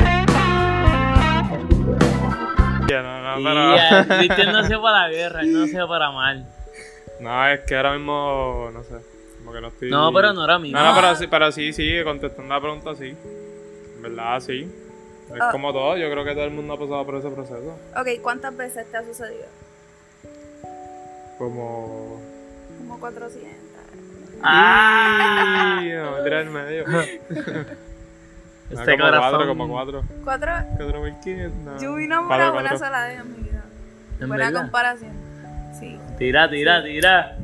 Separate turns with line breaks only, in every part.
Ah, pero.
Y a Cristian nació para la guerra, él no nació para amar.
No, es que ahora mismo, no sé, como que no estoy...
No, pero no ahora mismo.
No, no, pero sí, pero sí, sí, contestando la pregunta, sí. En verdad, sí. Es
Ah.
como todo, yo creo que todo el mundo ha pasado por ese proceso.
Ok, ¿cuántas veces te ha sucedido?
Como...
Como 400.
Ah,
Y, no, me tiré al medio. No,
este
como cuatro,
corazón.
como cuatro.
Cuatro.
Cuatro mil quinientos.
Yo vi
Cuatro,
enamorada una
cuatro.
sola vez en mi vida.
En
Buena
verdad.
comparación. Sí. Eh,
Tira, tira, tira.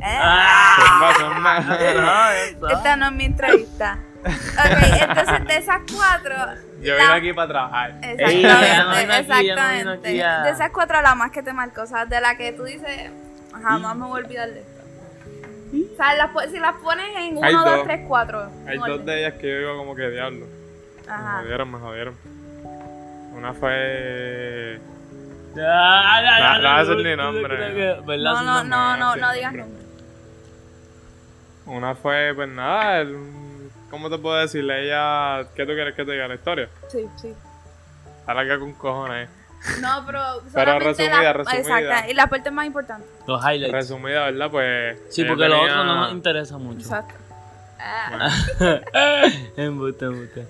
Son más, son más.
Ah, eso.
Esta no es mi entrevista. Ok, entonces de esas cuatro.
Yo
la-
vine aquí para trabajar.
Exactamente,
ya no vino aquí, ya no vino
exactamente.
aquí a-
De esas cuatro, la más que te marcó, o sea, de la que tú dices, jamás me voy a olvidar de esto. O sea, las po- si las pones en
Hay
1, 2,
dos.
3, 4.
Hay dos de ellas que yo digo como que diablo. Me
Ajá.
jodieron, me jodieron. Una fue...
Ah, ya, ya,
No, no haces
tú-
ni
tú
nombre.
crees que- ¿verdad?
No,
Su
no,
nombre.
no, no,
sí,
no digas
nombre.
nombre.
Una fue, pues nada, el- ¿cómo te puedo decirle a ella qué tú quieres que te diga la historia?
Sí, sí.
Está larga con cojones.
No, pero.
Pero
solamente
resumida,
la-
resumida.
Exacta, y la parte más importante.
Los highlights.
Resumida, ¿verdad? Pues.
Eh, Sí,
ella
porque lo
tenía-
otro no nos interesa mucho.
Exacto. Ah,
Embuste, embuste.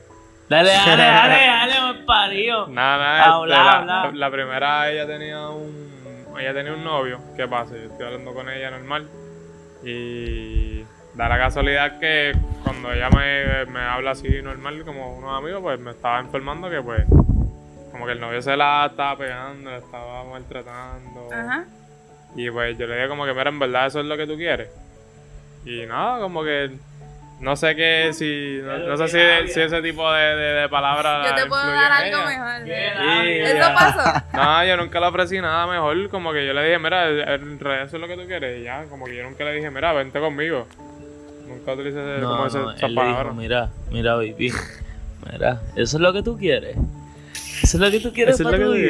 Dale, dale, dale, dale, mal parido.
Nada, nada. este,
Ah, Habla,
la,
habla.
la- la primera, ella tenía un. Ella tenía un novio. ¿Qué pasa? Yo estoy hablando con ella normal. Y. Da la casualidad que cuando ella me, me habla así normal, como unos amigos, pues me estaba enfermando que, pues. Como que el novio se la estaba pegando, la estaba maltratando.
Ajá.
Y pues yo le dije como que, mira, en verdad eso es lo que tú quieres. Y nada, como que no sé qué, si, no, no sé si, si ese tipo de, de, de palabras...
Yo te puedo
influyó en
dar algo
Ah, ella.
mejor. de
Bien.
verdad.
Y
Eso
ya.
pasó.
No, yo nunca le ofrecí nada mejor, como que yo le dije, mira, en realidad eso es lo que tú quieres. Y ya, como que yo nunca le dije, mira, vente conmigo. Nunca utilicé ese- como
No,
ese-
no,
esas
él le dijo,
palabras.
mira, mira, baby. Mira, eso es lo que tú quieres. Eso es lo que tú quieres
Eso es
para
lo
tu
que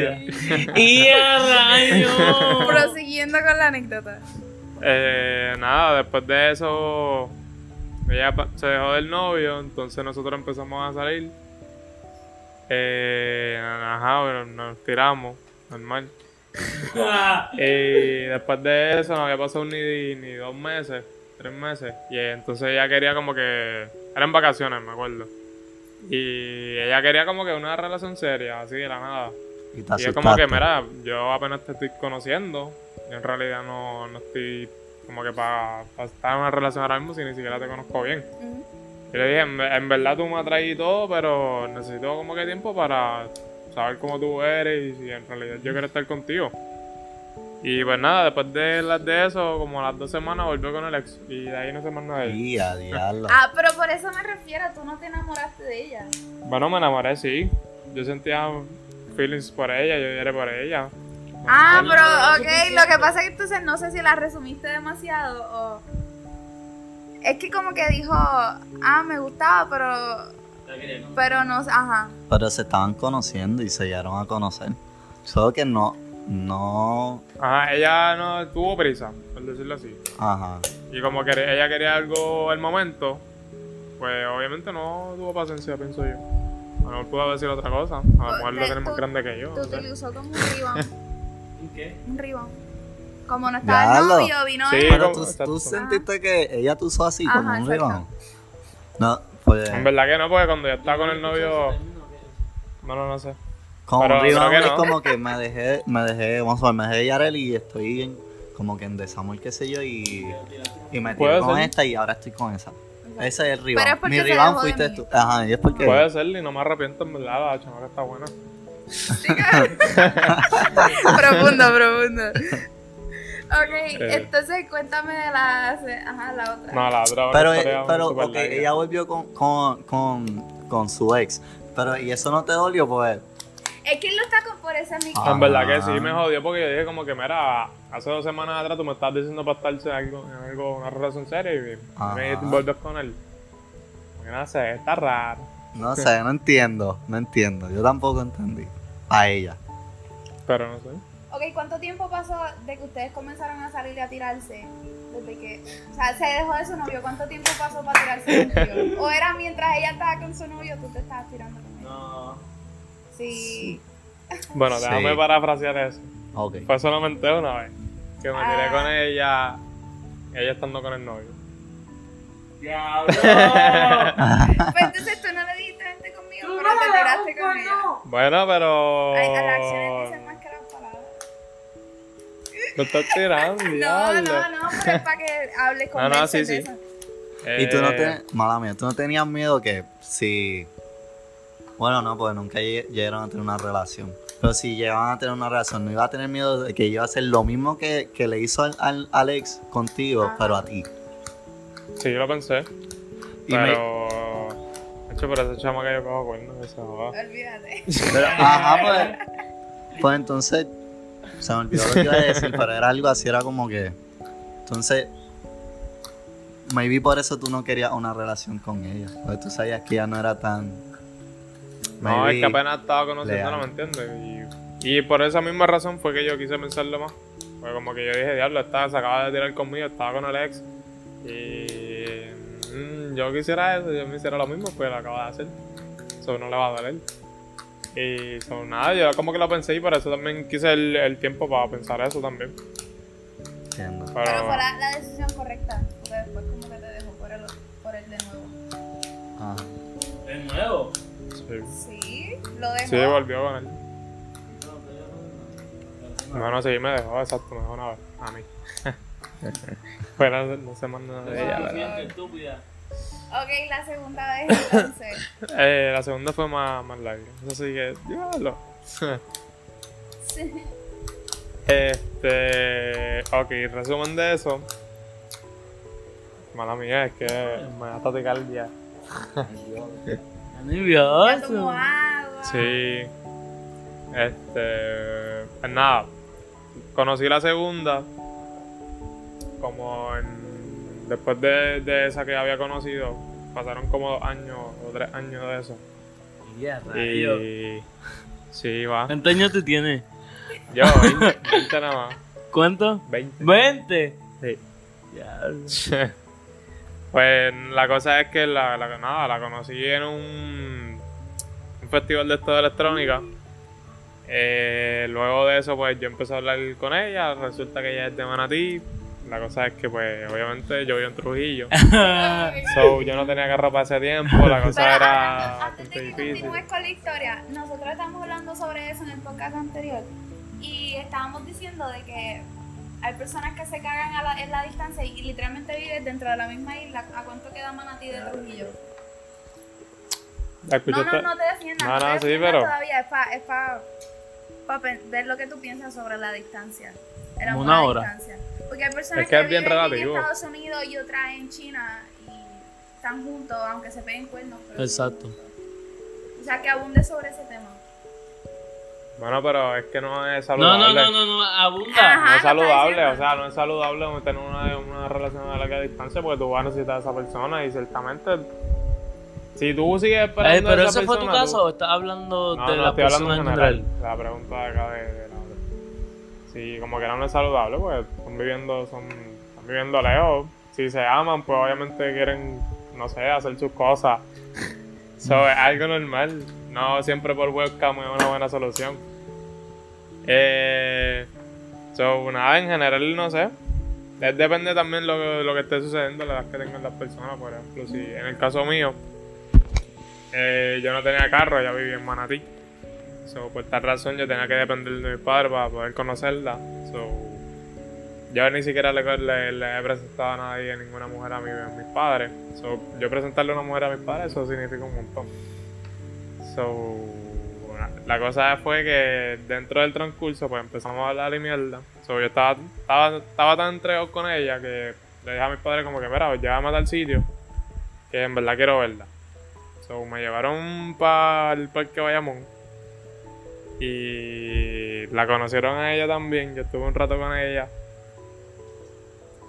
vida.
tú
¡Y a rayos!
Prosiguiendo con la anécdota.
Eh, nada, después de eso, ella pa- se dejó del novio, entonces nosotros empezamos a salir. Eh, ajá, bueno, nos tiramos, normal. Y después de eso, no había pasado ni, ni dos meses, tres meses. Y eh, entonces ella quería como que. Eran vacaciones, me acuerdo. Y ella quería como que una relación seria, así de la nada.
Y te
Y es como que,
asustaste.
mira, yo apenas te estoy conociendo. Yo en realidad no, no estoy como que para estar en una relación ahora mismo si ni siquiera te conozco bien.
Ujú.
Yo le dije, en, ve- en verdad tú me atraes y todo, pero necesito como que tiempo para saber cómo tú eres y si en realidad yo quiero estar contigo. Y pues nada, después de, la- de eso, como a las dos semanas volvió con el ex y de ahí no sé más nada de él.
Y a diablo.
Ah, pero por eso me refiero, tú no te enamoraste de ella.
Bueno, me enamoré, sí. Yo sentía feelings por ella, yo lloré por ella.
Ah,
No, no,
pero
no, no,
ok,
suficiente.
lo que pasa es que entonces no sé si la resumiste demasiado o... Es que como que dijo, ah, me gustaba, pero... Pero no, ajá.
Pero se estaban conociendo y se llegaron a conocer. Solo que no, no,
Ajá, ella no tuvo prisa, por decirlo así.
ajá.
Y como que ella quería algo al momento, pues obviamente no tuvo paciencia, pienso yo. A lo mejor pudo decir otra cosa. A lo mejor lo
te-
tiene más
tú-
grande que yo.
Tú
no sé.
te usó como un ribón,
¿Qué?
un ribón. Como no estaba el
Diablo.
novio, vino
Sí,
él.
Pero
como-
tú,
exacto.
tú sentiste que ella te usó así
Ajá,
como un
exacto.
ribón. No, pues
En verdad que no, porque cuando yo estaba con el novio. No, no, no sé.
como
pero
un ribón
creo que
es
no.
como que me dejé, me dejé, vamos a ver, me dejé de Yarel y estoy en- como que en desamor, qué sé yo, y, y me
Puede
tiré con
ser.
esta y ahora estoy con esa. Ese es el ribón.
Pero es porque
Mi
se
ribón
dejó de
fuiste
mí.
tú. Ajá, y es porque...
Puede ser, y no me arrepiento, en verdad. La chamaca está buena.
profundo, profundo. Ok,
Eh.
entonces cuéntame de la... Ajá, la otra.
No, la otra.
Pero,
una
eh,
historia
pero
super
ok,
larga.
ella volvió con, con, con, con su ex. Pero, ¿y eso no te dolió? Pues,
Es que él lo está con por esa mi...
Ah.
En verdad que sí me jodió porque yo dije, como que, mira, hace dos semanas atrás tú me estás diciendo para estarse en algo, en algo, una relación seria y me
Ajá.
vuelves con él. Y No sé, está raro.
no sé, no entiendo, no entiendo. Yo tampoco entendí a ella.
Pero no sé.
Ok, ¿cuánto tiempo pasó de que ustedes comenzaron a salir y a tirarse? Desde que, o sea, se dejó de su novio, ¿cuánto tiempo pasó para tirarse del novio? ¿O era mientras ella estaba con su novio, tú te estabas tirando con él?
No.
Sí.
Bueno,
Sí.
déjame parafrasear eso.
Ok.
Fue solamente una vez que me tiré
Ah.
con ella, ella estando con el novio.
¡Diablo!
Pues entonces tú no le dijiste vente conmigo, pero te tiraste con ella.
Bueno, pero.
Ay, a las acciones dicen más que las palabras.
Lo estás tirando,
No,
diablo.
no, no, pero es para que hables con
No, no,
él,
sí, sí.
cerveza.
Y tú no
Eh,
tenías, mala mía, tú no tenías miedo que si, bueno, no, porque nunca lle- llegaron a tener una relación. Pero si llegaban a tener una relación, no iba a tener miedo de que iba a hacer lo mismo que, que le hizo al, al Alex contigo,
Ajá.
pero a ti.
Sí, yo lo pensé.
Y me-
pero. De hecho, por esa chama que yo cojo cuernos, que se joda.
Olvídate.
pero- ajá, pues, pues entonces, se me olvidó lo que iba a decir, pero era algo así, era como que, entonces, maybe por eso tú no querías una relación con ella, porque tú sabías que ella no era tan...
No, es
maybe-
que apenas estaba conociéndola,
leal.
¿me entiendes? Y, y por esa misma razón fue que yo quise pensarlo más. Fue como que yo dije, diablo, esta se acaba de tirar conmigo, estaba con Alex. Y. mm, yo quisiera eso, yo me hiciera lo mismo, pues lo acaba de hacer. Eso no le va a doler. Y so, nada, yo como que lo pensé y por eso también quise el, el tiempo para pensar eso también.
Entiendo.
Pero,
Pero fue la, la decisión correcta, porque después como que te dejó por el, por el de nuevo.
Ajá.
De nuevo.
sí,
Sí, lo dejó.
sí, volvió con él. No, no, sí, me dejó, exacto, me dejó una vez, a mí. Bueno, no sé más nada de ella, ¿verdad?
Siente estúpida.
ok, la segunda vez entonces.
Eh, la segunda fue más, más larga, eso sí que, diablo.
Sí.
Este, ok, resumen de eso. Mala mía, es que me da taquicardia.
Está
Ya tomó
nervioso.
agua.
Ah, Sí. Este. Pues nada. Conocí la segunda. Como en. Después de, de esa que había conocido. Pasaron como dos años o tres años de eso.
Ya, rayos.
Y. Sí, va.
¿Cuántos años tú tienes?
Yo, 20, 20 nada más.
¿Cuánto?
20.
¿20?
Sí.
Diablo.
Pues la cosa es que la, la- nada, la conocí en un, un festival de esto de electrónica. Eh, luego de eso, pues yo empecé a hablar con ella. Resulta que ella es de Manatí. La cosa es que, pues, obviamente yo vivo en Trujillo.
Ok.
So, yo no tenía carro para ese tiempo. La
Pero
cosa
hablando-
era
antes
bastante
de que
difícil.
continúes con la historia, nosotros estábamos hablando sobre eso en el podcast anterior y estábamos diciendo de que hay personas que se cagan a la- en la distancia y literalmente vives dentro de la misma isla. ¿A cuánto queda Manatí de Trujillo?
La escuché
No, no,
esta-
no te defiendas.
No,
te
no, sí,
defiendas
pero-
Todavía es para ver lo que tú piensas sobre la distancia. El amor
Una
a la
hora.
distancia. Porque hay personas
Es que es bien
viven
relativo.
en Estados Unidos y otras en China y están juntos, aunque se peguen cuernos. pero
Exacto.
O sea, que abunde sobre ese tema.
Bueno, pero es que no es
No,
saludable.
no, no, no, no, abunda.
No
Ajá,
es
lo
saludable,
está
o sea, no es saludable tener una, una relación a larga distancia porque tú vas a necesitar a esa persona y ciertamente si tú sigues
Eh,
esperando a
pero
esa
eso fue tu
persona, tú-
caso o estás hablando
No,
de
no,
la
estoy hablando
persona
en
en
general, Eh,
general.
la pregunta de acá de, de la otra. Sí, como que no es saludable porque están viviendo, son, están viviendo lejos, si se aman pues obviamente quieren, no sé, hacer sus cosas, eso es algo normal, no siempre por webcam es una buena solución. Eh, so, nada, en general, no sé. Es- depende también lo, que- lo que esté sucediendo, la edad que tengan las personas. Por ejemplo, si en el caso mío, eh, yo no tenía carro, ya vivía en Manatí. So, por tal razón, yo tenía que depender de mis padres para poder conocerla. So, yo ni siquiera le, le- le he presentado a nadie, a ninguna mujer a, mi- a mis padres. So, yo presentarle a una mujer a mis padres, eso significa un montón. So, la- la cosa fue que dentro del transcurso pues empezamos a hablar y mierda. So, yo estaba, estaba, estaba tan entregado con ella que le dije a mis padres como que, mira, llévame a tal sitio que en verdad quiero verla. So, me llevaron para el parque Bayamón y la conocieron a ella también. Yo estuve un rato con ella.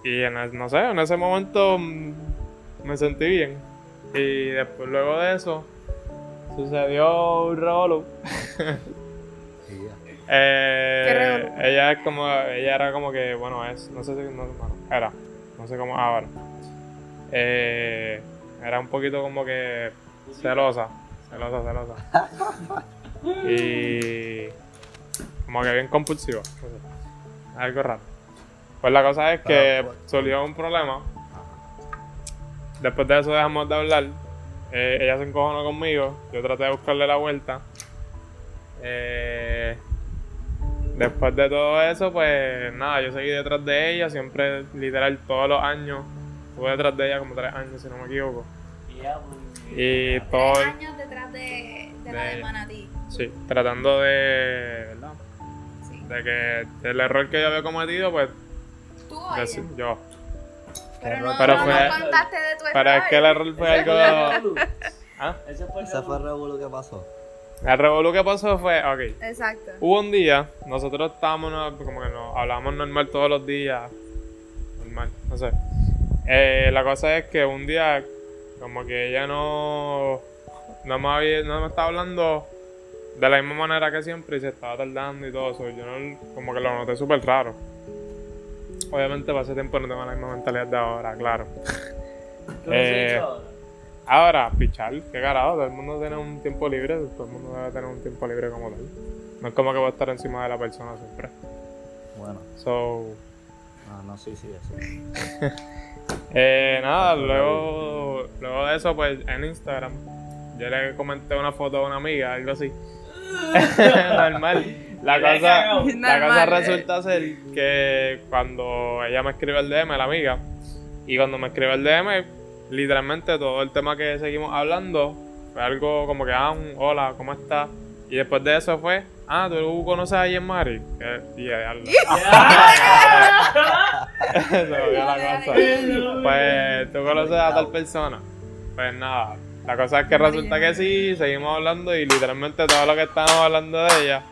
Y en es- no sé, en ese momento mm, me sentí bien. Y después, luego de eso, sucedió un rolo.
Sí, ya.
Eh,
¿Qué revolú?
ella es como, ella era como que, bueno, es, no sé si, no, bueno, era, no sé cómo, ahora. Eh, era un poquito como que celosa, celosa, celosa. y como como que bien compulsiva. Algo raro. Pues la cosa es que surgió un problema. Después de eso dejamos de hablar. Eh, ella se encojonó conmigo. Yo traté de buscarle la vuelta. Eh, después de todo eso, pues nada, yo seguí detrás de ella. Siempre, literal, todos los años. Estuve detrás de ella como tres años, si no me equivoco. Y todo.
Tres años detrás de, de la
De-
de Manatí.
Sí, tratando de. ¿Verdad?
Sí.
De que el error que yo había cometido, pues.
Tú o ella.
decir, yo.
Pero no,
Pero
no
fue-
nos contaste de tu
Pero es
error.
que el error fue algo. ¿Ah?
Ese fue el
Ese fue el
revolú.
revuelo que pasó.
El revolú que pasó fue, ok,
Exacto.
hubo un día, nosotros estábamos, no- como que nos hablábamos normal todos los días, normal, no sé. Eh, la cosa es que un día, como que ella no, no me había, no me estaba hablando de la misma manera que siempre y se estaba tardando y todo eso. Yo no- como que lo noté súper raro. Obviamente, para ese tiempo no tengo la misma mentalidad de ahora, claro.
¿Qué hubiese
Eh,
hecho ahora?
Ahora, pichar, qué carajo, todo el mundo tiene un tiempo libre, todo el mundo debe tener un tiempo libre como tal. No es como que voy a estar encima de la persona siempre.
Bueno,
So,
ah, no, sí, sí, sí.
eh, nada, luego, luego de eso, pues en Instagram, yo le comenté una foto a una amiga, algo así. Normal. La
Le
cosa,
cagó.
la cosa
Normal, eh.
resulta ser que cuando ella me escribe el DM, la amiga, y cuando me escribe el DM, literalmente todo el tema que seguimos hablando fue algo como que, ah, un hola, ¿cómo estás? Y después de eso fue, ah, tú conoces a Jen Mari. Que- Y ella habla. Se me olvidó la cosa. Pues tú conoces a tal persona. Pues nada, la cosa es que resulta que sí, seguimos hablando y literalmente todo lo que estábamos hablando de ella.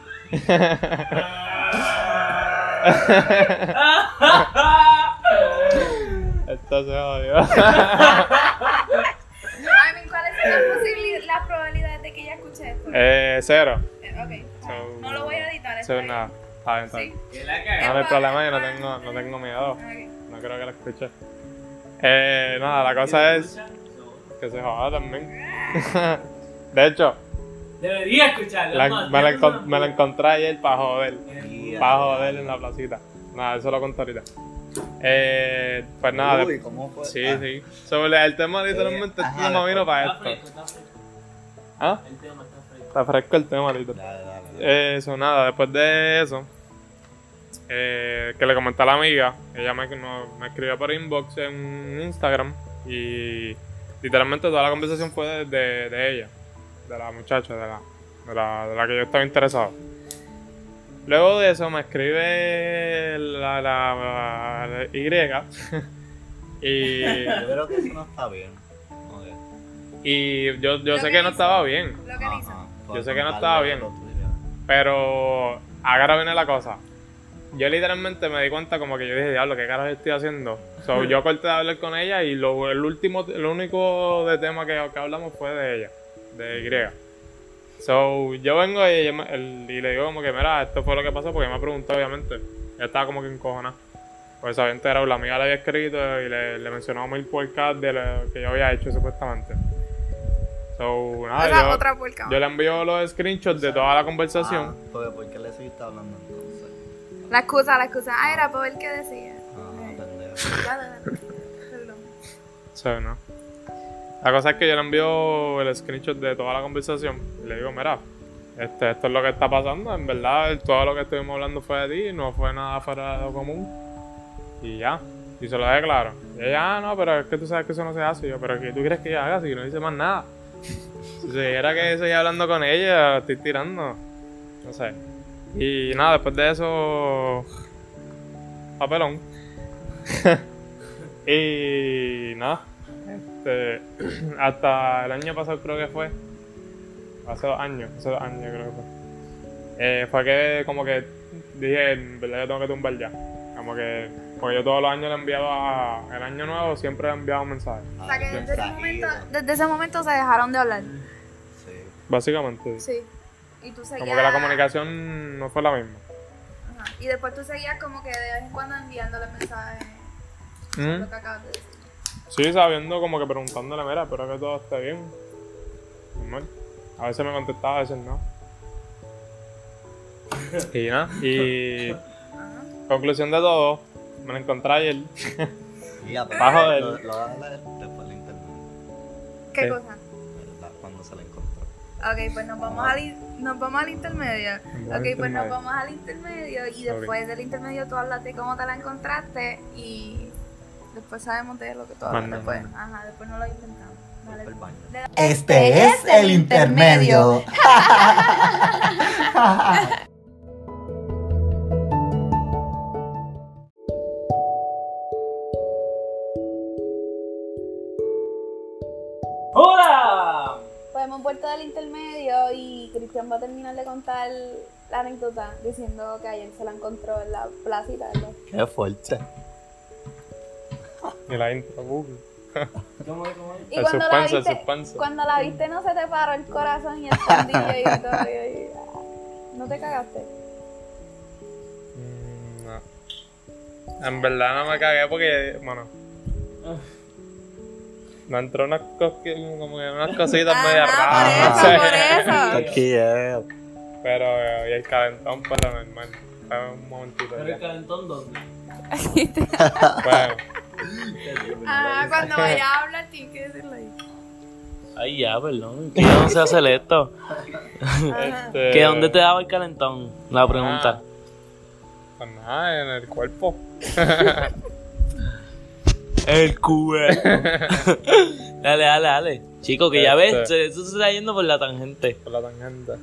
Esto se jodió.
I mean, ¿cuáles son las posibilidades, las probabilidades de que ella escuche esto?
Eh, cero.
Eh, ok.
so-
no lo voy a editar. está
Cero
bien.
nada. Está bien, está
Sí.
bien.
Que la cagó.
No, no hay problema, yo no tengo, no tengo miedo.
Ok.
No creo que lo escuche. Eh, nada, la cosa es
No.
que se joda también. De hecho,
Debería escucharlo.
la-
más,
me, la
ya
encon-
no-
me la encontré ayer para joder.
Energía.
Para joder en la placita. Nada, eso lo conté ahorita. Eh, pues nada,
Uy,
de-
¿cómo fue?
sí,
Ah,
sí. Sobre el tema, literalmente,
ajá,
este tema
después.
vino para
Está
esto.
fresco, está fresco.
¿Ah?
El tema está fresco.
Está fresco el tema, literal.
Dale, dale, dale.
Eso, nada, después de eso, eh, que le comenté a la amiga, ella me, no- me escribió por inbox en Instagram y literalmente toda la conversación fue de, de- de ella, de la muchacha, de la, de, la, de la que yo estaba interesado. Luego de eso me escribe la, la- la Y, y,
Yo creo que eso no está bien. Como que-
y yo, yo
Lo
sé
que
que no
hizo.
estaba bien,
Lo que dice.
Ajá.
Yo sé que no estaba bien. Pero ahora viene la cosa. Yo literalmente me di cuenta como que yo dije, diablo, ¿qué carajo estoy haciendo? So, yo corté de hablar con ella y lo, el último, el único de tema que, que hablamos fue de ella, de Y. So, yo vengo y, ella me- el- y le digo como que, mira, esto fue lo que pasó porque ella me preguntó, obviamente. Ella estaba como que encojonada. Pues había enterado, la amiga le había escrito y le, le mencionó mil puercas de lo que yo había hecho supuestamente. So, nada,
Otra-
Ah, yo-
otra puerca.
yo le envío los screenshots de toda la conversación.
Ah, porque ¿por qué le seguiste hablando entonces?
La excusa, la excusa. Ah, era por el que decía.
Ah, pendejo.
Dale, dale. Perdón.
Sí, ¿no? La cosa es que yo le envío el screenshot de toda la conversación y le digo, mira, este, esto es lo que está pasando. En verdad, todo lo que estuvimos hablando fue de ti, no fue nada fuera de lo común. Y ya. Y se lo dejé claro. Y ella, ah, no, pero es que tú sabes que eso no se hace. Y yo, pero ¿qué tú crees que ella haga si no dice más nada? Si se dijera que seguía hablando con ella, estoy tirando. No sé. Y nada, después de eso. Papelón. y nada. Este, hasta el año pasado creo que fue. Hace dos años, hace dos años creo que fue. Eh, fue que como que dije, en verdad yo tengo que tumbar ya. Como que. Porque yo todos los años le enviaba. El año nuevo siempre le enviaba un mensaje.
O sea que
Ah,
desde ese, momento,
distraído.
desde ese momento se dejaron de hablar.
Sí.
Básicamente.
Sí. Y tú seguías.
Como que la comunicación no fue la misma.
Ajá. Y después tú seguías como que de vez en cuando enviándole mensajes. Lo que acabas de decir.
Sí, sabiendo como que preguntándole, mira, espero que todo esté bien. Normal. A veces me contestaba, a veces no. Y nada, y. Conclusión de todo, me lo encontré ayer.
Y aparte,
Pa' joder.
lo, lo va a hablar después de internet,
¿Qué
Sí.
cosa?
¿verdad? Cuando se la encontró.
Ok, pues nos vamos al, in- nos vamos al intermedio.
vamos al
Ok, pues nos
intermedio.
vamos al intermedio y después del intermedio tú hablas de cómo te la encontraste y después sabemos de lo que tú hablas
Manda,
después. Ajá, después no lo intentamos. Dale.
Fue al baño.
Este es el intermedio.
¡Hola!
Pues hemos vuelto del intermedio y Cristian va a terminar de contar la anécdota diciendo que ayer se la encontró en la placita. ¿verdad?
Qué fuerte.
Y la intro, uh,
¿Cómo es? ¿Cómo es?
Y
el
cuando la,
suspense, el
viste,
suspense.
cuando la viste no se te paró el corazón y el pandillo y todo. y- y- ah, no te cagaste.
Mm, no. En verdad no me cagué porque, bueno. Me entró unas, cosqui- como que unas cositas medio
Ajá,
raras.
por
no
eso,
sé.
por eso.
Tranquilo.
Pero, eh, y el calentón, pero normal. Fue un momentito.
¿Pero
ya.
el calentón dónde?
Bueno,
Ah, cuando vaya a hablar tienes que decirlo ahí.
Ay, ya, perdón. ¿Qué dónde se hace esto?
este,
¿Qué dónde te daba el calentón? La pregunta.
Pues nada, en el cuerpo.
El cuero. dale, dale, dale. Chico, que ya
Este.
ves, se- eso se está yendo por la tangente.
por la tangente.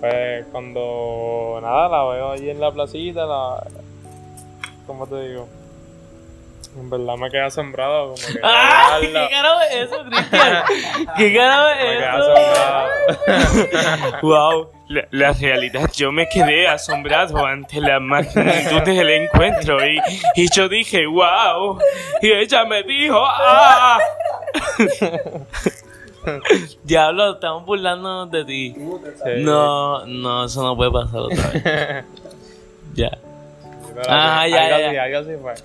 Pues cuando nada, la veo allí en la placita, la. ¿Cómo te digo? En verdad me quedé asombrado, como que.
¡Ah! ¿Qué
¡Hala!
carajo es eso, Cristian? ¿Qué carajo
me quedé
es eso?
asombrado.
Wow, la, la realidad, yo me quedé asombrado ante la magnitud del encuentro y, y yo dije, wow, y ella me dijo, ah. Diablo, estamos burlándonos de ti.
Sí,
No, no, eso no puede pasar otra vez. Ya,
pero
Ah,
algo
ya,
así,
ya, ya.
Algo así pues.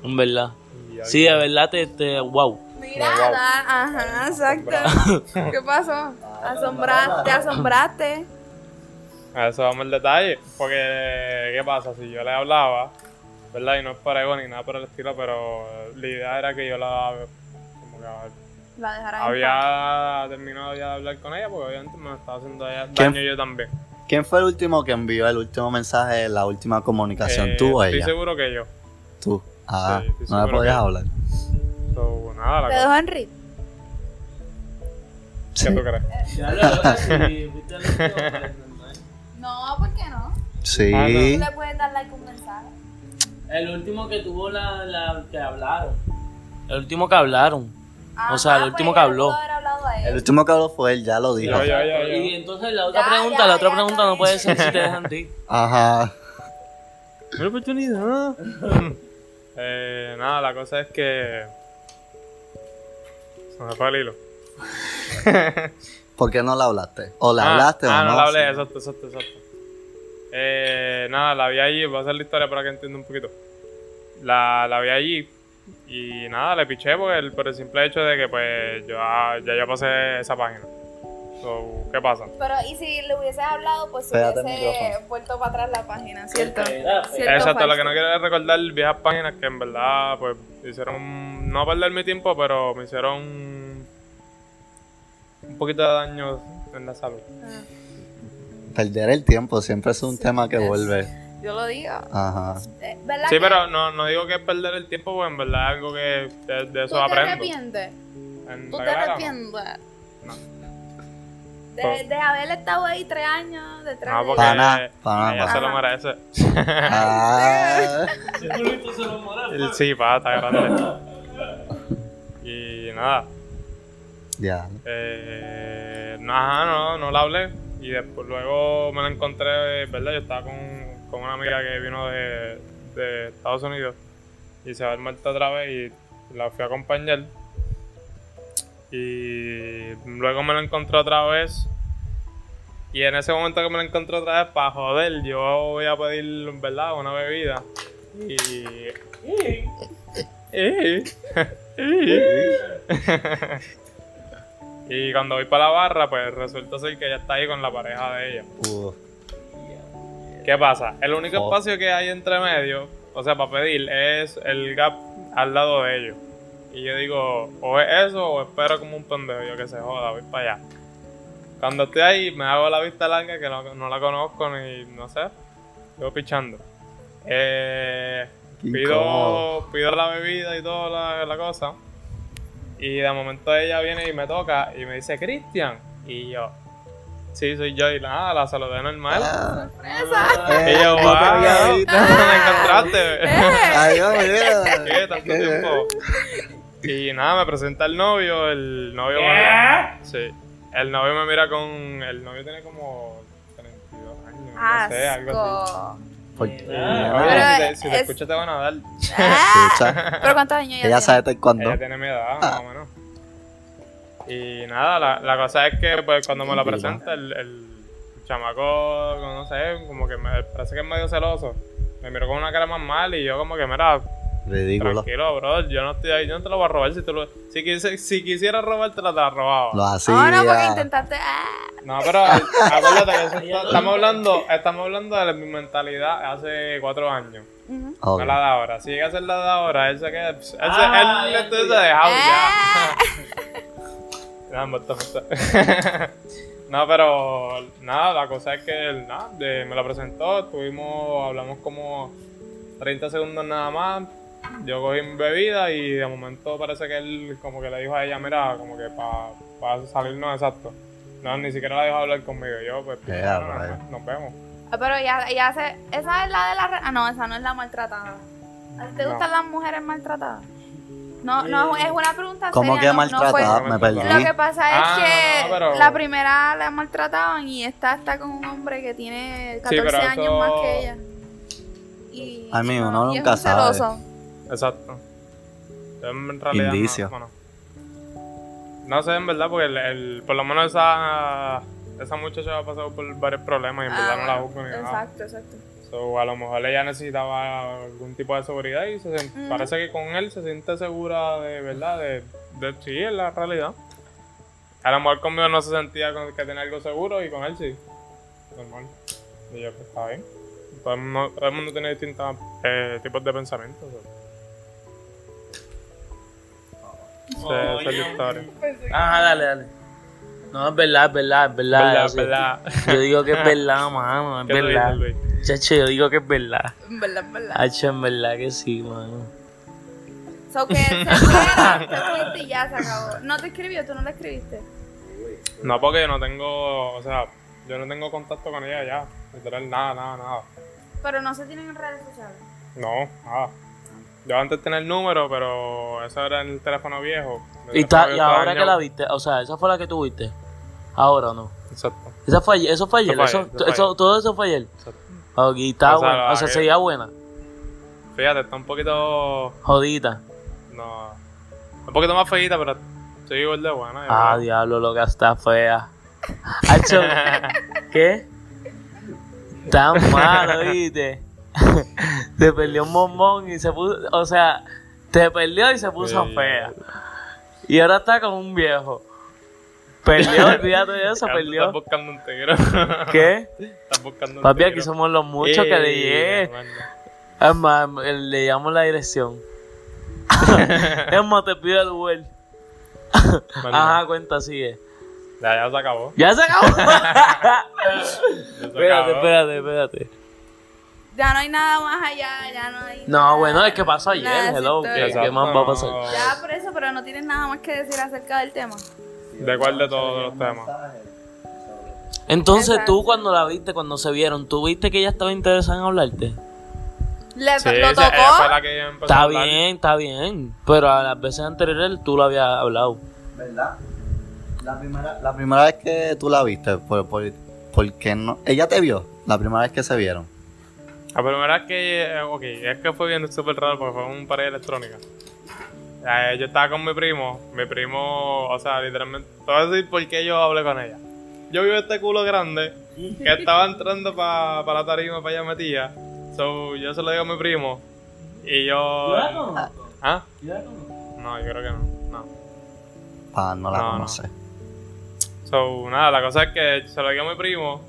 fue.
en verdad.
Y
Sí, de
algo-
verdad, te, te- wow.
Wow.
Mirada, ajá, exacto. ¿Qué pasó? Asombra- te asombraste.
A eso vamos el detalle. Porque, ¿qué pasa? Si yo le hablaba, ¿verdad? Y no es por ego ni nada por el estilo, pero la idea era que yo la. Como que
La dejarás. en paz.
había terminado ya de hablar con ella porque obviamente me estaba haciendo ella-
¿Quién?
daño yo también.
¿Quién fue el último que envió el último mensaje, la última comunicación?
Eh,
¿Tú o
Estoy
ella?
seguro que yo.
Tú. Ah,
Sí, estoy
no me
seguro
podías
que-
hablar.
So, nada, la
Te
cosa.
dejó Henry.
¿Qué tú crees?
No, ¿por qué no?
Sí.
Ah,
Tú le puedes dar like a un mensaje.
El último que tuvo la, que hablaron. El último que hablaron. O sea, el último que
ella
habló.
pues, pudo haber hablado a él.
El último que habló fue él, ya lo dijo.
Yo, yo, yo, yo.
Y entonces la otra
Ya,
pregunta,
ya,
la otra
ya,
pregunta no
ya.
puede ser si te dejan ti.
Ajá.
Una oportunidad. eh, nada, la cosa es que. Se me fue el hilo.
¿Por qué no la hablaste? ¿O la
Ah,
hablaste
ah,
o no?
no la hablé,
Sí.
exacto, exacto, exacto. Eh, nada, la vi allí, voy a hacer la historia para que entienda un poquito. La, la vi allí y nada, le piché por el, por el simple hecho de que pues yo, ah, ya yo pasé esa página. So, ¿Qué pasa?
Pero, ¿y si le hubieses hablado, pues se
Pégate el
hubiese vuelto para atrás la página, ¿cierto? ¿Cierto
Exacto,
falso?
lo que no quiero es recordar viejas páginas que en verdad pues hicieron, no perder mi tiempo, pero me hicieron un poquito de daño en la salud.
Perder el tiempo siempre es un tema que vuelve.
Yo lo digo.
Ajá.
Eh, ¿Verdad?
Sí,
que
pero no, no digo que es perder el tiempo, porque en verdad es algo que de, de
¿Tú
eso
te
aprendo.
arrepientes?
En
¿Tú
la
te
cara, ¿no?
arrepientes?
No. Pues-
De, de haber estado ahí tres años detrás
No,
de-
porque
Pa' nada, pa' nada.
ella se lo merece.
Ah,
El sí, pa, está grande. Y nada,
ya.
eh, no, ajá, no, no la hablé. Y después luego me la encontré, ¿verdad? Yo estaba con, con una amiga que vino de, de Estados Unidos y se va al muerto otra vez y la fui a acompañar. Y luego me la encontré otra vez. Y en ese momento que me la encontré otra vez, para joder, yo voy a pedir, ¿verdad? Una bebida. Y... Y- y cuando voy para la barra, pues resulta ser que ella está ahí con la pareja de ella.
Uf.
¿Qué pasa? El único
Oh.
espacio que hay entre medio, o sea, para pedir, es el gap al lado de ellos. Y yo digo, o es eso, o espero como un pendejo, yo que se joda, voy para allá. Cuando estoy ahí, me hago la vista larga que no, no la conozco ni, no sé, sigo pichando. Eh,
Qué incómodo.
pido, pido la bebida y toda la, la cosa. Y de momento ella viene y me toca y me dice, Cristian. Y yo, sí, soy yo. Y nada, la saludé normal.
Ah,
Y yo, wow,
eh, no te había visto.
la encontraste.
Adiós, mira.
¿Qué? Tanto tiempo. Y nada, me presenta el novio, el novio me, Sí. El novio me mira con. El novio tiene como 32 años, no sé, algo así.
Asco.
¿Por qué?
Oye,
Pero
si te, si te
es-
escuchas te van a dar.
Ah,
Escucha,
Pero cuántos años ya
ella sabe hasta cuándo.
Ella tiene mi edad, más o menos. Y nada, la, la cosa es que pues, cuando me la presenta, el, el chamaco, no sé, como que me parece que es medio celoso. Me miró con una cara más mal y yo como que, mira,
Ridículo.
tranquilo, bro, yo no estoy ahí, yo no te lo voy a robar. Si, tú lo- si, quise- si quisiera robarte, la te la robaba.
Lo
Oh,
hacía.
no, porque intentaste. Ah,
No, pero eh, acuérdate que eso está- estamos, hablando, estamos hablando de mi mentalidad hace cuatro años.
ujú.
Ok.
No la de ahora. Si llega a ser la de ahora, él se queda. pss, Él, se-
Ah,
él,
ya Ah.
este
entendí.
se ha dejado
Ah.
ya. Nah, basta, basta. no, pero nada, la cosa es que él, nada, de- me la presentó, estuvimos, hablamos como 30 segundos nada más. Yo cogí mi bebida y de momento parece que él como que le dijo a ella, mira, como que para salirnos exacto. No, ni siquiera la dejó hablar conmigo. Yo, pues,
Qué
nada, nada,
rayos.
nada, nos vemos.
Ah, Pero ella, ella hace. Esa es la de la. re- Ah, no, esa no es la maltratada. ¿A ti te
No.
gustan las mujeres maltratadas? No, no, es una pregunta
¿Cómo
seria,
que
no- no fue-
maltratada? Me
Lo
perdí.
que pasa es
Ah,
que
no, pero-
la primera la maltrataban y esta está con un hombre que tiene 14
pero
años
eso-
más que ella. Y,
Ay, mijo, uno
y es
nunca
un
sabe.
celoso.
Exacto. Yo en realidad No,
Indicio.
bueno. No sé, en verdad, porque el, el- por lo menos esa, esa muchacha ha pasado por varios problemas y en verdad no la
Ah,
busco ni nada.
Exacto, exacto.
So, a lo mejor ella necesitaba algún tipo de seguridad y se sent-
Ujú.
parece que con él se siente segura de verdad, de, de sí, en la realidad. A lo mejor conmigo no se sentía con- que tenía algo seguro y con él sí. Normal. Y yo, pues está bien. Todo el mundo, todo el mundo tiene distintos eh, tipos de pensamientos. so. Esa- esa es la historia.
Ajá, dale, dale. No, es verdad, es verdad, es verdad.
Verdad,
o sea,
verdad.
Yo digo que es verdad, mano, es
¿Qué tú
verdad.
dices, Luis?
Chacho, yo digo que es verdad.
En verdad, en verdad.
Hacho, en verdad que sí, mano.
So que se fueron, te fuiste y ya se acabó. No te escribió, tú no le escribiste.
No, porque yo no tengo, o sea, yo no tengo contacto con ella ya. Literal, nada, nada, nada.
Pero no se tienen en redes sociales.
No, nada. Yo antes tenía el número, pero eso era en el teléfono viejo. El
Y,
teléfono
ta- y
viejo
ahora
estaba
que la
dañado.
viste, o sea, esa fue la que tuviste. Ahora no.
Exacto.
Esa fue ayer, eso fue ayer,
fue
eso-
ayer, eso fue
eso-
ayer.
todo eso fue ayer.
Exacto.
Ok, y está
O sea,
buena, o sea,
que-
seguía buena,
Fíjate, está un poquito.
jodita.
No. Un poquito más feita, pero estoy igual de buena. yo
Ah,
creo.
diablo, loca, está fea. Hacho, ¿qué? Tan malo, viste. se perdió un bombón y se puso, o sea, te perdió y se puso
Sí.
fea. Y ahora está con un viejo. Perdió, olvídate de eso,
Ya Ah, tú Estás
perdió.
buscando un tigre.
¿Qué?
Estás buscando un
Papi, aquí
tigre.
somos los muchos que le
Ey,
llegué.
hermano.
Es más, eh, le llamo la dirección. es más, te pido el Uber.
Hermano,
Ajá, cuenta, sigue.
Ya, ya se acabó.
¡Ya se acabó!
Ya se
espérate,
acabó.
espérate, espérate.
Ya no hay nada más allá, ya no hay. nada-
No, bueno, es que pasó ayer,
nada de esa
hello.
historia.
¿Qué, qué más va a pasar?
Ya por eso, pero no tienes nada más que decir acerca del tema.
¿De cuál de todos los temas?
Entonces,
Exacto.
tú cuando la viste, cuando se vieron, ¿tú viste que ella estaba interesada en hablarte?
Sí,
Le, lo
esa- ella fue
tocó.
la que ella empezó a
Está
hablar.
bien, está bien. Pero a las veces anteriores tú lo habías hablado.
¿Verdad? La primera, la primera vez que tú la viste, por, por, ¿por qué no? Ella te vio, la primera vez que se vieron.
La primera vez que. eh, Ok, es que fue bien súper raro porque fue en un pared electrónica. Eh, yo estaba con mi primo. Mi primo, o sea, literalmente. Te voy a decir por qué yo hablé con ella. Yo vi este culo grande que estaba entrando para la tarima para allá metía. So, yo se lo digo a mi primo. Y yo. ¿Ah? No, yo creo que no. No.
Pa, no la
No, no.
conoce.
So, nada, la cosa es que se lo digo a mi primo.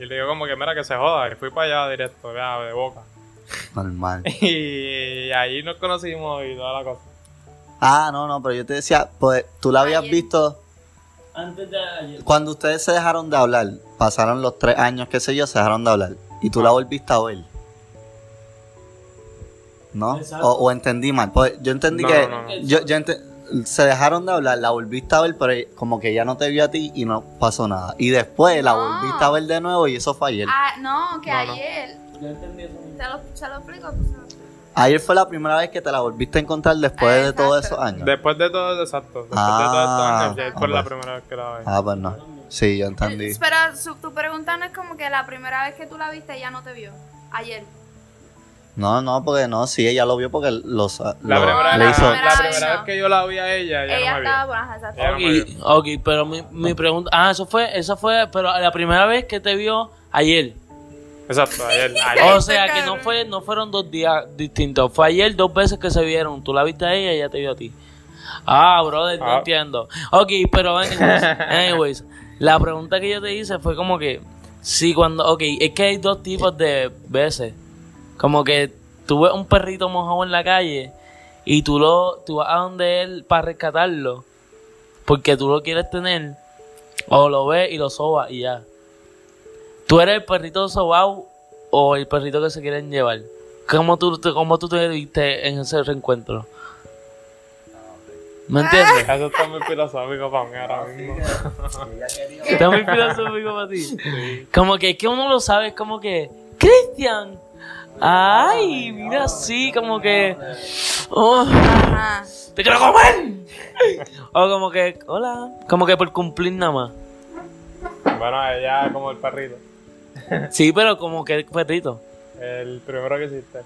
Y le digo como que mira que se joda. Y fui para allá directo, ya, de boca.
Normal.
Y ahí nos conocimos y toda la cosa.
Ah, no, no, pero yo te decía, pues tú la habías
Ayer.
visto
Antes de ayer.
cuando ustedes se dejaron de hablar. Pasaron los tres años, qué sé yo, se dejaron de hablar. Y tú la volviste a ver. ¿No?
Exacto.
O, o entendí mal. Pues yo entendí
No,
que.
no, no.
Yo, yo ente- se dejaron de hablar, la volviste a ver, pero como que ya no te vio a ti y no pasó nada. Y después la
No.
volviste a ver de nuevo y eso fue ayer.
Ah, no, que
No, no.
ayer.
Yo entendí eso.
¿Se lo, se lo explico? Pues, se lo explico.
Ayer fue la primera vez que te la volviste a encontrar después
Ah,
de todos
exacto.
esos años.
Después de todo, exacto. Después de todo esto,
Ah,
años, ya es por
ok.
la primera vez que la vi.
Ah, pues no. Sí, yo entendí.
Pero su- tu pregunta no es como que la primera vez que tú la viste ella no te vio. Ayer.
No, no, porque no, sí, ella lo vio porque los,
La,
lo-
primera,
le
la,
hizo.
la
Ay,
primera
no.
vez que yo la vi a ella, ella,
ella
no me
estaba
vio.
por ajá, exacto.
Ella no me vio.
Ok, ok, pero mi, mi pregunta. Ah, eso fue, eso fue, pero la primera vez que te vio ayer.
Exacto, ayer.
O
ayer.
sea que Ah, no fue, no fueron dos días distintos. Fue ayer dos veces que se vieron. Tú la viste a ella y ella te vio a ti. Ah, brother, no
Ah.
entiendo. Ok, pero anyways, anyways, la pregunta que yo te hice fue como que, sí, cuando, ok, es que hay dos tipos de veces. Como que tú ves un perrito mojado en la calle y tú lo, tú vas a donde él para rescatarlo, porque tú lo quieres tener, o lo ves y lo sobas y ya. ¿Tú eres el perrito sobao o el perrito que se quieren llevar? ¿Cómo tú, te- cómo tú te viste en ese reencuentro? ¿Me entiendes?
Eso está muy filosófico para mí ahora mismo.
Está muy filosófico para ti. Como que es que uno lo sabe, es como que, Cristian, ay, mira así, como que, oh,
Ajá.
te quiero comer. o como que, hola, como que por cumplir nada más.
Bueno, ella es como el perrito.
Sí, pero como que el perrito.
El primero que hiciste.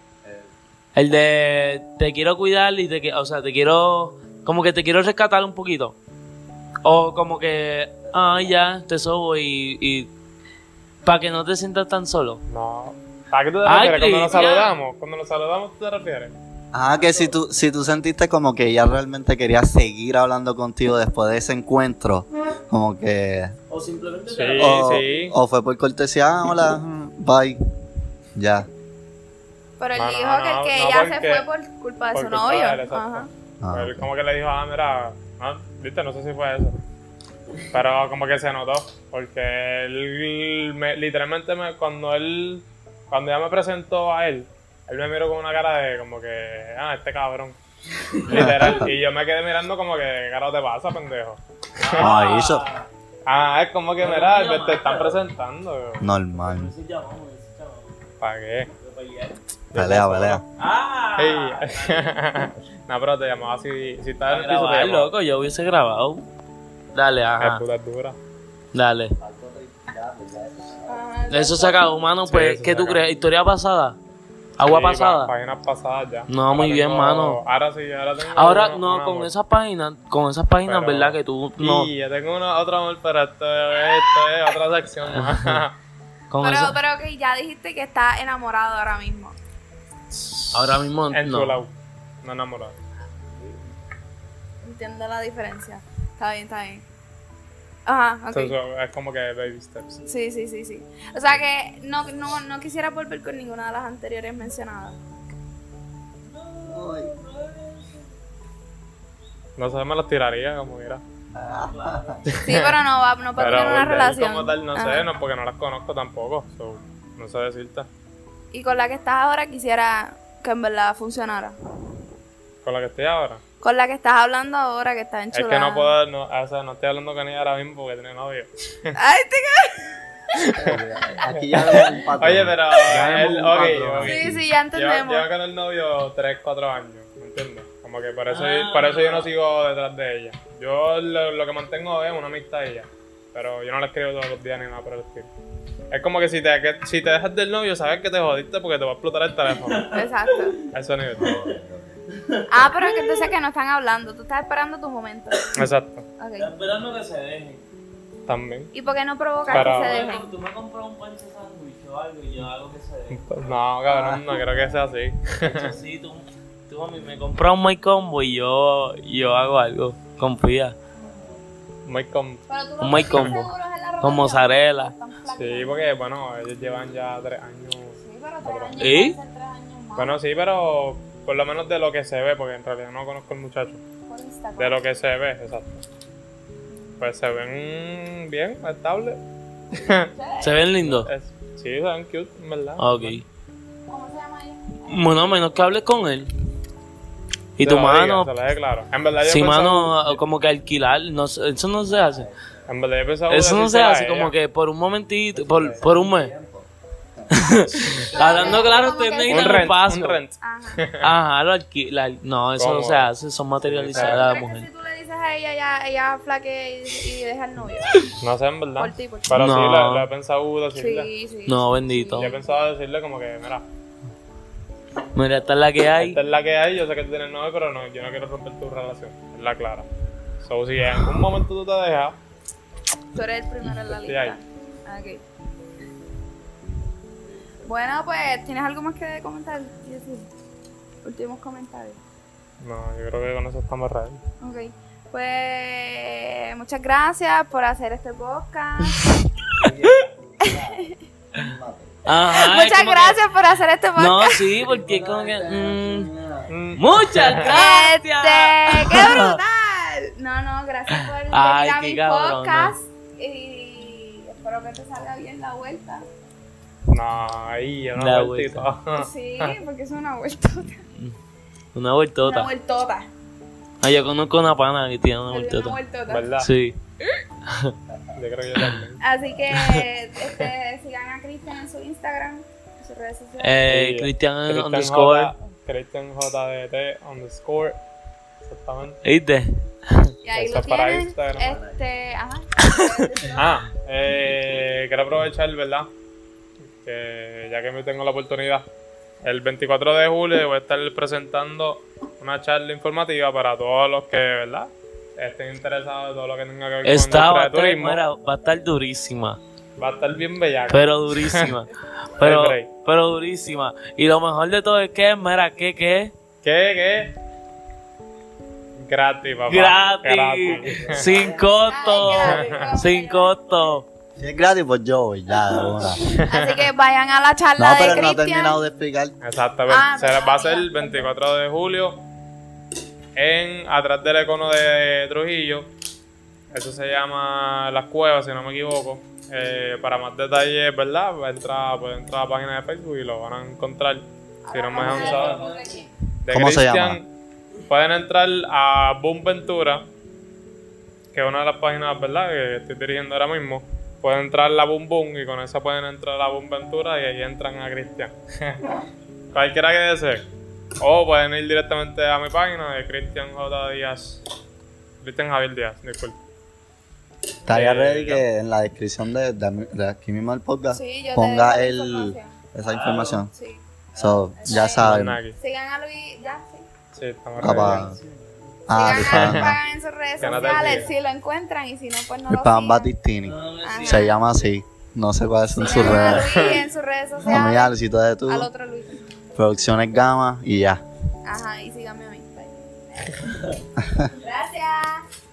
El de te quiero cuidar y te qui- o sea, te quiero como que te quiero rescatar un poquito. O como que ah ya, te sobo y, y para que no te sientas tan solo.
No. ¿A qué tú te refieres?
Ay,
Cuando nos
Cristian.
saludamos. Cuando nos saludamos, ¿tú te refieres?
Ah, que si tú, si tú sentiste como que ella realmente quería seguir hablando contigo después de ese encuentro, como que...
O simplemente
Sí,
o,
sí.
o fue por cortesía, ah, hola, mm, bye, ya.
Pero él
No, no,
dijo
no,
que,
no,
que
no,
ella se
porque-
fue por culpa de
por
su
culpa
novio.
de él, exacto.
Ajá.
Ah,
Él
ok.
como que le dijo, ah, mira, ah, viste, no sé si fue eso. Pero como que se notó, porque él me- literalmente me- cuando él, cuando ya me presentó a él, él me miró con una cara de como que, ah, este cabrón. Literal, y yo me quedé mirando como que, ¿qué carajo te pasa, pendejo?
Ah, eso,
Ah, es como que, mira, me- te están presentando.
normal.
Ese llamado, ese llamado,
¿Para qué?
de pelear.
Pelea, pelea.
Ah,
Ey. no, pero te llamaba así, si estás en el piso, te
Grabar,
llamaba.
loco, yo hubiese grabado. Dale,
Es
ajá.
puta, es dura.
Dale. Eso se acabó, mano,
Sí,
pues
eso
¿qué
se
tú
acabó.
crees? Historia pasada. Agua
Sí, pa-
pasada.
Páginas pasadas ya.
No, muy bien, mano.
Ahora sí, ahora tengo.
Ahora
uno-
no
un
con
amor.
esas páginas, con esas páginas,
Pero-
¿verdad? Que tú
Y
no
yo tengo una, otro amor, pero esto, esto es otra sección más.
con
Pero,
esas-
pero que ya dijiste que está enamorado ahora mismo.
ahora mismo
en su
no.
lado. No enamorado.
Entiendo la diferencia. Está bien, está bien. Ajá, ok.
Entonces, es como que baby steps.
Sí, sí, sí, sí. O sea que no, no, no quisiera volver con ninguna de las anteriores mencionadas.
No sé, me los tiraría como mira.
Sí, pero no va, no va a
Pero
tener una
volver
relación.
como tal, no
Ajá.
sé, no, porque no las conozco tampoco. so, no sé decirte.
Y con la que estás ahora quisiera que en verdad funcionara.
Con la que estoy ahora.
Con la que estás hablando ahora que está
Es
enchulada.
que no puedo, no, o sea, no estoy hablando con ella ahora mismo porque tiene novio.
Ay, te
Aquí ya veo un patrón.
Oye, pero.
vemos
él-
un
ok,
patrón.
ok.
Sí, sí, ya entendemos.
Lleva con el novio 3, 4 años, ¿me entiendes? Como que por eso, por eso yo no sigo detrás de ella. Yo lo, lo que mantengo es una amistad a ella, pero yo no la escribo todos los días ni nada por el estilo. Es como que si te, que- si te dejas del novio, sabes que te jodiste porque te va a explotar el teléfono.
Exacto.
A ese nivel.
Ah, pero que entonces que no están hablando. Tú estás esperando tu momento.
Exacto,
está
Ok.
esperando que se dejen.
también.
¿Y por qué no provocas
Pero-
que se
Oye,
dejen?
Tú me compras un pancho sándwich o algo y yo hago que se dejen.
No, cabrón, no creo que sea así.
Sí, tú, tú a mí me compras un My Combo y yo, yo hago algo. Confía.
Muy con...
Pero tú
Un muy combo.
seguro es en la
Con
relación.
mozzarella.
Tan flaco.
Sí, porque bueno, ellos llevan ya tres años.
Sí, pero tres años,
¿Eh?
más, tres años más
Bueno, sí, pero por lo menos de lo que se ve, porque en realidad no conozco al muchacho.
por Instagram.
De lo que se ve, exacto. Pues se ven bien, estable.
¿Se ven lindos? Ah,
Es- sí, se ven cute, en verdad.
Ok.
¿Cómo se llama ella?
Bueno, a menos que hables con él. Y
Se
tu
lo
mano,
digo, se lo dejé claro. En verdad yo
si
pensaba-
mano, como que alquilar, no, sé, eso no se hace.
En verdad yo pensaba
Eso no se
decírsela a
hace
ella.
como que por un momentito, por, por un mes. Hablando claro, ustedes
Un
necesitan un
rent,
paso.
un rent.
Ajá.
Ajá, lo alquila. No, eso no
¿Cómo?
se hace, son materializadas de
¿Crees que
mujer.
si tú le dices a ella, ya, ella flaquea y, y deja el novio?
No sé, en verdad.
Por ti, por ti.
Pero sí,
No.
la, la he pensado decirle.
Sí, sí.
No, bendito.
Yo he pensado decirle como que, mira,
Mira, esta es la que hay.
esta es la que hay, yo sé que tú tienes novio, pero no, yo no quiero romper tu relación. Es la clara. So, si en algún momento tú te dejas,
Tú eres el primero en la
Estoy
lista. Ah, Ok. Bueno, pues, ¿tienes algo más que comentar? y decir? Últimos comentarios.
no, yo creo que con eso estamos ready.
Ok. Pues, muchas gracias por hacer este podcast.
Ajá, es
muchas
como que-
gracias por hacer este podcast.
No, sí, porque es como que. mm, muchas
Este,
gracias.
¡Qué brutal! No, no, gracias por venir
Ay,
a
qué
mi
cabrón,
podcast. Y espero que te salga bien la vuelta.
No, ahí, yo
La
no vueltita.
Ah.
Sí, porque es una vueltota.
Una
Una
vueltota.
vueltota.
Ah, yo conozco una pana que tiene una
Salió Una
vueltota.
vueltota.
¿Verdad?
Sí.
Yo creo que yo también.
Así que este, sigan a Cristian en su Instagram, en sus redes sociales.
Eh,
Sí,
Cristian
Christian
underscore.
J- Christian JDT underscore. Exactamente.
¿Viste?
Eh,
y ahí
eso
lo
es para
tienen.
Instagram.
Este, ajá.
Ah, eh, quiero aprovechar, ¿verdad? Que ya que me tengo la oportunidad, el 24 de julio voy a estar presentando una charla informativa para todos los que, ¿verdad? Estén interesados en todo lo que tenga que ver
Está,
con
va a
el
estar,
turismo.
mira, va a estar durísima.
Va a estar bien bellaco.
Pero durísima. pero,
Hay break.
pero durísima. Y lo mejor de todo es que, mira, ¿qué, qué?
¿Qué? ¿Qué? Gratis, papá.
Gratis. Sin costo.
Ay, qué rico.
Sin costo.
Si es gratis, pues yo voy ya de una.
Así que vayan a la charla
No, pero
de
no he
Cristian.
terminado de explicar.
Exactamente.
Ah,
Se las va a hacer el
mira.
24 de julio en atrás del econo de Trujillo. Eso se llama Las Cuevas, si no me equivoco. Eh, para más detalles, ¿verdad? Va a entrar, pueden entrar a la página de Facebook y lo van a encontrar. Si no me han usado. De
¿Cómo se llama?
Pueden entrar a Boom Ventura, que es una de las páginas, ¿verdad? Que estoy dirigiendo ahora mismo. Pueden entrar a Boom Boom y con esa pueden entrar a Boom Ventura y ahí entran a Cristian. Cualquiera que desee. O pueden ir directamente a mi página de Cristian J. Díaz. Cristian Javier Díaz, disculpe.
Estaría
Eh,
ready
ya.
que en la descripción de, de- de aquí mismo el podcast
Sí, yo te doy
ponga
la
el,
información.
esa información.
Sí.
So, ya
Ahí.
saben.
Naki.
Sigan a Luis, ya, sí.
Sí, estamos
Papá.
ready.
Sigan
Ah, de
a Luis
Pan.
Pagan en sus redes
Ganate el
sociales
día.
si lo encuentran y si no, pues no
De
lo
Pan
sigan.
Battistini.
Ajá.
Se llama así. No sé cuáles son sus
Sigan a
redes.
Luis en sus redes
A mí,
sociales.
Alcito de tu.
Al otro Luis.
Producciones Gama y ya.
Ajá, y síganme a mí. Bye. Gracias.